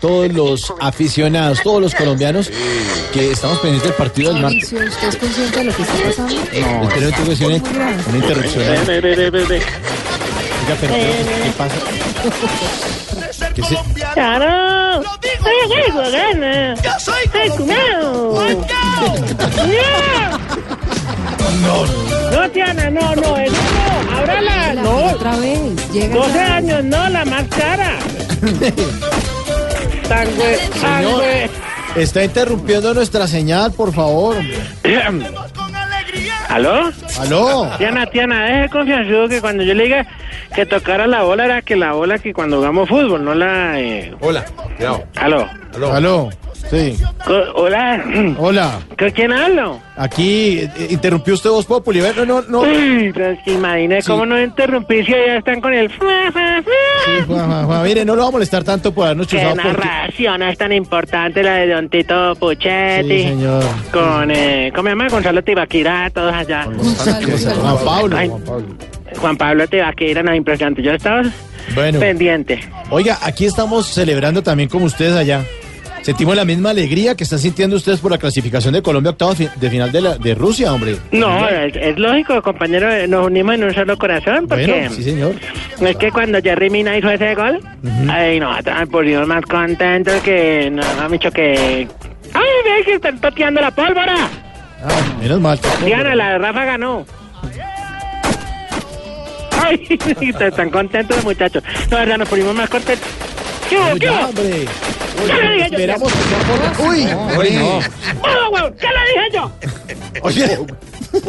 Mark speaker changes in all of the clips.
Speaker 1: Todos los aficionados, todos los colombianos que estamos pendientes del partido del martes.
Speaker 2: Mauricio, ¿usted es consciente de lo que está pasando?
Speaker 1: El terreno tuvo que ser una, una interrupción. ahí.
Speaker 3: Ve, ve, ve, ve, ve.
Speaker 1: Oiga, pero ¿qué qué pasa? ¿Qué se-
Speaker 3: Claro.
Speaker 4: ¡Lo digo!
Speaker 3: Soy aquí, Guagana.
Speaker 4: ¡Yo soy
Speaker 3: Soy cumao. No, no, Tiana, no, no, eso no. Ahora la, no,
Speaker 2: Otra vez, llega
Speaker 3: 12
Speaker 2: la-
Speaker 3: años, no, la más cara. Tan güey, tan güey.
Speaker 1: Está interrumpiendo nuestra señal, por favor.
Speaker 4: con alegría!
Speaker 3: ¿Aló?
Speaker 1: Aló.
Speaker 3: Tiana, Tiana, deje confianzudo que cuando yo le diga que tocara la bola era que la bola que cuando jugamos fútbol, no la... eh,
Speaker 5: Hola, cuidado.
Speaker 3: Aló.
Speaker 1: Aló. Sí.
Speaker 3: Co- Hola.
Speaker 1: Hola.
Speaker 3: ¿Con quién hablo?
Speaker 1: Aquí eh, interrumpió usted Voz Populi. ¿ver? No, no, no.
Speaker 3: Uy, pero es que imaginé
Speaker 1: Sí.
Speaker 3: cómo no interrumpí si allá están con el... fa, fa, fa.
Speaker 1: Juan, Juan, Juan, mire, no lo va a molestar tanto por habernos
Speaker 3: Qué
Speaker 1: chuzado porque...
Speaker 3: narración es tan importante la de Don Tito Puchetti.
Speaker 1: Sí, señor.
Speaker 3: Con, eh, ¿cómo se llama? Gonzalo Tibaquira, todos allá.
Speaker 2: Gonzalo, Salvador.
Speaker 1: Juan Pablo.
Speaker 3: Ay.
Speaker 1: Juan Pablo.
Speaker 3: Juan Pablo Tibaquira, no, impresionante. Yo estaba
Speaker 1: Bueno,
Speaker 3: pendiente.
Speaker 1: oiga, aquí estamos celebrando también como ustedes allá. Sentimos la misma alegría que están sintiendo ustedes por la clasificación de Colombia a octavos fi- de final de, la- de Rusia, hombre.
Speaker 3: No, es, es lógico, compañero, eh, nos unimos en un solo corazón porque...
Speaker 1: Bueno, sí, señor.
Speaker 3: Es que cuando Jerry Mina hizo ese gol, ay, no, estaban por Dios más contentos que no, me han dicho que. ¡Ay, ve que están toteando la pólvora!
Speaker 1: Ah, menos mal.
Speaker 3: Diana, la de Rafa ganó. ¡Ay! Están contentos los muchachos. No, verdad, nos pusimos más contentos. ¿Qué hubo? ¿Qué
Speaker 1: Ya,
Speaker 3: hubo?
Speaker 1: hombre.
Speaker 3: Ya le dije yo,
Speaker 1: Esperamos que sea por... Uy, hombre, no.
Speaker 3: ¡Mudo, huevo! ¿Qué le dije yo?
Speaker 1: Oye,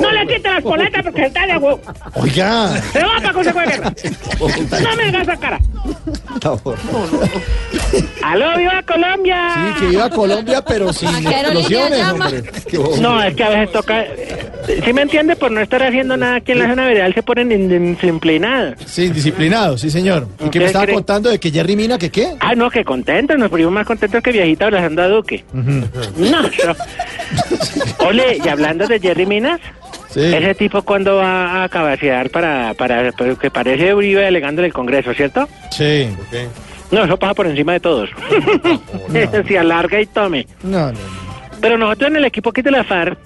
Speaker 3: No le quiten las poletas porque se está de huevo.
Speaker 1: oiga.
Speaker 3: ¡Se va para Consejo de Guerra! ¡No me hagas esa cara! ¡Aló, viva Colombia!
Speaker 1: Sí, que iba a Colombia, pero sin explosiones, hombre.
Speaker 3: No, es que a veces toca. Si me entiende, por no estar haciendo nada aquí en la zona veredal se ponen in- indisciplinados.
Speaker 1: Sí, disciplinado, sí, señor. ¿Y qué me
Speaker 3: ¿Usted
Speaker 1: estaba
Speaker 3: cree?
Speaker 1: contando de que Jerry Mina, que qué?
Speaker 3: Ah, no, que contentos, nos ponemos más contentos que viejita abrazando a Duque. No, no. Ole, y hablando de Jerry Minas,
Speaker 1: Sí.
Speaker 3: ese tipo cuando va a capacitar para, para, para que parece Uribe delegando en el Congreso, ¿cierto?
Speaker 1: Sí.
Speaker 3: No, eso pasa por encima de todos. Se alarga y tome.
Speaker 1: No, no,
Speaker 3: Pero nosotros en el equipo aquí de la FARC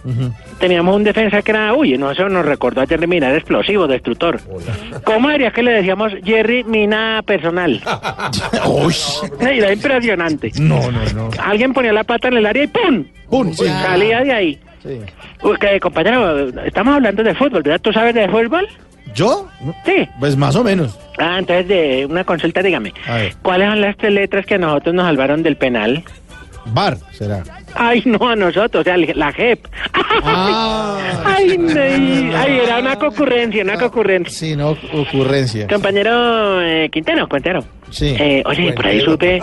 Speaker 3: teníamos un defensa que era, uy, no, eso nos recordó a Jerry Mina, era explosivo, destructor. ¿Cómo dirías que le decíamos Jerry Mina personal?
Speaker 1: no. Uy,
Speaker 3: Era impresionante.
Speaker 1: Ah, no, no, no.
Speaker 3: Alguien ponía la pata en el área y ¡pum!
Speaker 1: Pum, sí.
Speaker 3: Salía de ahí.
Speaker 1: Sí.
Speaker 3: Uy, que, compañero, estamos hablando de fútbol, ¿verdad? ¿Tú sabes de fútbol?
Speaker 1: ¿Yo?
Speaker 3: Sí.
Speaker 1: Pues más o menos.
Speaker 3: Ah, entonces de una consulta, dígame.
Speaker 1: A ver.
Speaker 3: ¿Cuáles son las tres letras que a nosotros nos salvaron del penal?
Speaker 1: Bar, será.
Speaker 3: Ay, no, a nosotros, o sea, la E JEP.
Speaker 1: Ah,
Speaker 3: Ay, no, y- ay, era una concurrencia, una concurrencia.
Speaker 1: sí, no, ocurrencia.
Speaker 3: Compañero eh, Quintero, Cuentero.
Speaker 1: Sí.
Speaker 3: Eh, oye, por ahí supe.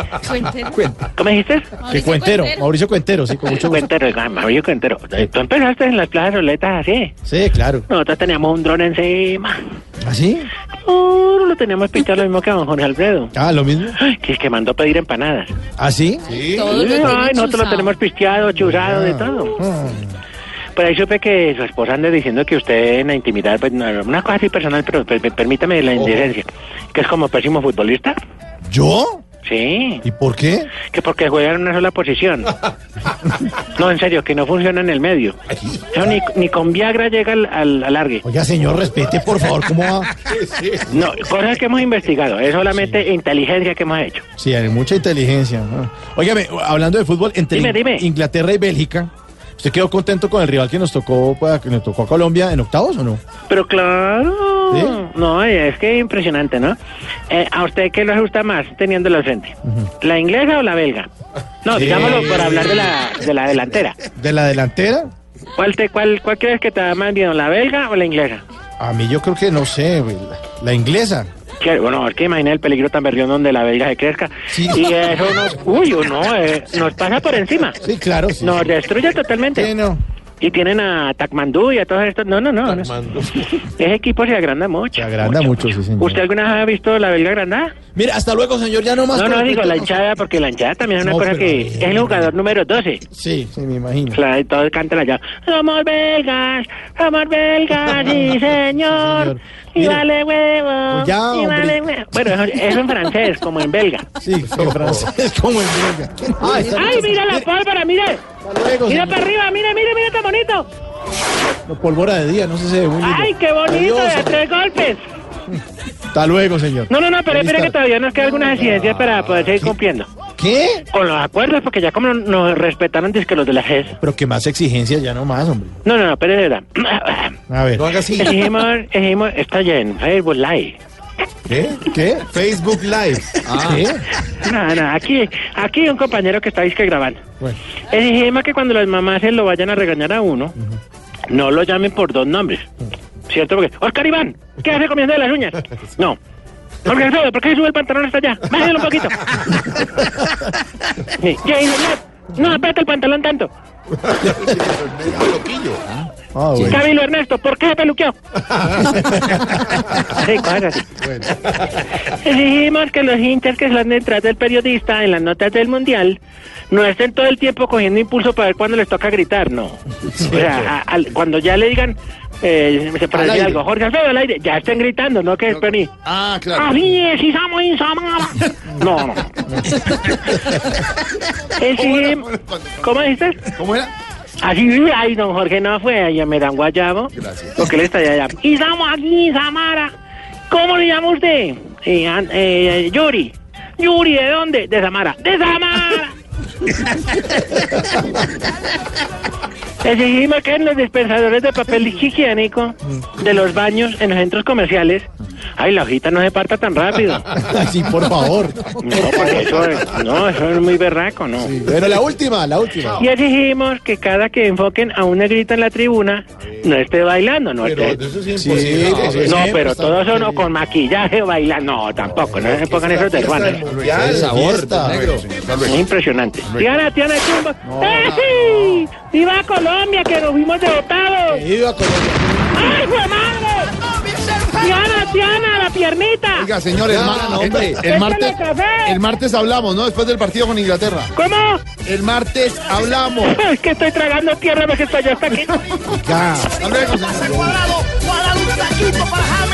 Speaker 3: ¿Cómo dijiste?
Speaker 1: Que Cuentero, Mauricio Cuentero, sí, con mucho gusto.
Speaker 3: Cuentero, ah, Mauricio Cuentero. Tú empezaste en las plazas roletas así.
Speaker 1: Sí, claro. ¿Ah,
Speaker 3: Nosotros teníamos un dron encima.
Speaker 1: ¿Así?
Speaker 3: Oh, no lo teníamos pinchado lo mismo que don Jorge Alfredo.
Speaker 1: Ah, lo mismo. ¿Ah,
Speaker 3: Ay, que es que mandó pedir empanadas.
Speaker 1: ¿Así?
Speaker 6: Todo lo
Speaker 3: Ay,
Speaker 6: tienen
Speaker 3: nosotros lo
Speaker 6: chuzado.
Speaker 3: tenemos pisteado, chuzado, de todo. Por ahí supe que su esposa anda diciendo que usted en la intimidad, pues, no, una cosa así personal, pero per- per- permítame la indigencia, que es como pésimo futbolista.
Speaker 1: ¿Yo?
Speaker 3: Sí,
Speaker 1: ¿Y por qué?
Speaker 3: que porque juega en una sola posición. No, en serio, que no funciona en el medio. No, ni, ni con Viagra llega al, al alargue.
Speaker 1: Oiga, señor, respete, por favor, ¿cómo va?
Speaker 3: No, cosas que hemos investigado, es solamente inteligencia que hemos hecho.
Speaker 1: Sí, hay mucha inteligencia. ¿no? Óigame, hablando de fútbol, entre
Speaker 3: Dime,
Speaker 1: In-
Speaker 3: dime.
Speaker 1: Inglaterra y Bélgica, ¿usted quedó contento con el rival que nos tocó pues, que nos tocó a Colombia en octavos o no?
Speaker 3: Pero claro,
Speaker 1: ¿Sí?
Speaker 3: no, es que impresionante, ¿no? Eh, ¿A usted qué le gusta más teniéndolo al frente? ¿La inglesa o la belga? No,
Speaker 1: Sí.
Speaker 3: digámoslo por hablar de la, de la delantera.
Speaker 1: ¿De la delantera?
Speaker 3: ¿Cuál, te, cuál, ¿Cuál crees que te da más miedo, la belga o la inglesa?
Speaker 1: A mí yo creo que no sé, güey, la, la inglesa.
Speaker 3: que, bueno, es que imagina el peligro tan berrión donde la veiga se crezca.
Speaker 1: Sí.
Speaker 3: Y eso nos, uy, no, eh, nos pasa por encima.
Speaker 1: Sí, claro. Sí,
Speaker 3: Nos destruye totalmente.
Speaker 1: Sí, no.
Speaker 3: Y tienen a Takmandú y a todos estos. No, no, no. no. Ese equipo se agranda mucho.
Speaker 1: Pues, Se agranda mucho, sí, señor.
Speaker 3: ¿Usted alguna vez ha visto la belga agrandada?
Speaker 1: Mira, hasta luego, señor. Ya no más.
Speaker 3: No, no,
Speaker 1: con el
Speaker 3: digo la
Speaker 1: retorno.
Speaker 3: hinchada, porque la hinchada también es una
Speaker 1: Pues, No,
Speaker 3: cosa
Speaker 1: pero-
Speaker 3: que es el jugador número 12.
Speaker 1: Sí, sí, me imagino.
Speaker 3: Claro, y todos cantan allá. Somos belgas, somos belgas, sí, señor.
Speaker 1: señor.
Speaker 3: Y
Speaker 1: Mire.
Speaker 3: vale huevo.
Speaker 1: Pues ya,
Speaker 3: y
Speaker 1: hombre.
Speaker 3: vale huevo. Bueno, eso, eso en francés, como en belga.
Speaker 1: Sí, en francés como en belga.
Speaker 3: ¡Ay, mira la pólvora, mire!
Speaker 1: Hasta luego,
Speaker 3: Mira
Speaker 1: señor.
Speaker 3: para arriba, mire, mire, mire, tan bonito.
Speaker 1: No, Pólvora de día, no sé si se ve muy lindo.
Speaker 3: ¡Ay, qué bonito!
Speaker 1: Adiós.
Speaker 3: De tres golpes.
Speaker 1: Hasta luego, señor.
Speaker 3: No, no, no, pero
Speaker 1: Feliz
Speaker 3: espera que
Speaker 1: tarde.
Speaker 3: todavía nos quedan algunas exigencias para poder seguir cumpliendo.
Speaker 1: ¿Qué?
Speaker 3: Con los acuerdos, porque ya como nos respetaron antes que los de la GES.
Speaker 1: Pero que más exigencias ya no más, hombre.
Speaker 3: No, no, no, pero es verdad.
Speaker 1: A ver.
Speaker 5: No haga así.
Speaker 3: Exigimos, exigimos, estoy en Facebook Live.
Speaker 5: ¿Qué?
Speaker 1: ¿Qué?
Speaker 5: Facebook Live. Ah.
Speaker 1: ¿Qué?
Speaker 3: No, no, aquí, aquí hay un compañero que está que grabando.
Speaker 1: Bueno,
Speaker 3: Exigimos que cuando las mamás se lo vayan a regañar a uno, no lo llamen por dos nombres. ¿Cierto? Porque, Oscar Iván, ¿qué hace comiendo de las uñas? No. Jorge Alfredo, ¿por qué sube el pantalón hasta allá? Bájelo un poquito. Sí. Jay Iglesias, No, aprieta el pantalón tanto.
Speaker 1: ah, bueno.
Speaker 3: Camilo Ernesto, ¿por qué peluqueó? sí, cosas así. Exigimos que los hinchas que están detrás del periodista en las notas del mundial no estén todo el tiempo cogiendo impulso para ver cuándo les toca gritar, no. o sea, a- al- cuando ya le digan, eh, se
Speaker 1: Al
Speaker 3: parece
Speaker 1: aire.
Speaker 3: algo, Jorge Alfredo al aire, ya estén gritando, no que esperen. y,
Speaker 5: Ah, claro.
Speaker 3: Así es, y somos insamables". No, no. Exigimos, Eh, ¿Cómo dices?
Speaker 5: ¿Cómo era?
Speaker 3: Así sí, ay, don Jorge no fue, allá me dan guayabo.
Speaker 5: Gracias.
Speaker 3: Porque le está allá. Y estamos aquí, Samara. ¿Cómo le llama usted? Eh, an- eh, Yuri. Yuri, ¿de dónde? De Samara. ¡De Samara! Exigimos que en los dispensadores de papel higiénico de los baños en los centros comerciales, ay, la hojita no se parta tan rápido.
Speaker 1: Ay, sí, por favor.
Speaker 3: No, pues eso, es- no, eso es muy berraco, ¿no?
Speaker 1: Bueno, la última, la última.
Speaker 3: Y exigimos que cada que enfoquen a un negrito en la tribuna, no esté bailando, no
Speaker 5: Pero
Speaker 3: esté.
Speaker 5: eso es
Speaker 1: Sí,
Speaker 5: imposible.
Speaker 1: sí, sí.
Speaker 3: No,
Speaker 1: siempre
Speaker 3: pero
Speaker 1: está-
Speaker 3: todos son o con maquillaje o bailando. No, tampoco, no se pongan esos desguanes.
Speaker 5: Ya,
Speaker 1: El sabor,
Speaker 5: fiesta.
Speaker 1: negro.
Speaker 5: Hasta
Speaker 3: Es
Speaker 5: luego.
Speaker 3: impresionante. Diana, Diana Chumba. ¡Ey! ¡Eh, ¡Viva Colombia, que nos fuimos de octavos!
Speaker 1: Viva Colombia.
Speaker 3: ¡Ay, jue madre! ¡Diana, Diana, la piernita!
Speaker 5: Oiga, señores,
Speaker 1: Ya,
Speaker 5: ma-
Speaker 1: hombre.
Speaker 5: el, el martes,
Speaker 3: Échale café.
Speaker 5: el martes hablamos, ¿no? Después del partido con Inglaterra.
Speaker 3: ¿Cómo?
Speaker 5: El martes hablamos.
Speaker 3: Es que estoy tragando tierra, me que estoy hasta aquí.
Speaker 1: Ya.
Speaker 5: Hasta luego, señores.
Speaker 4: Cuadrado, cuadrado, un taquito para Javi.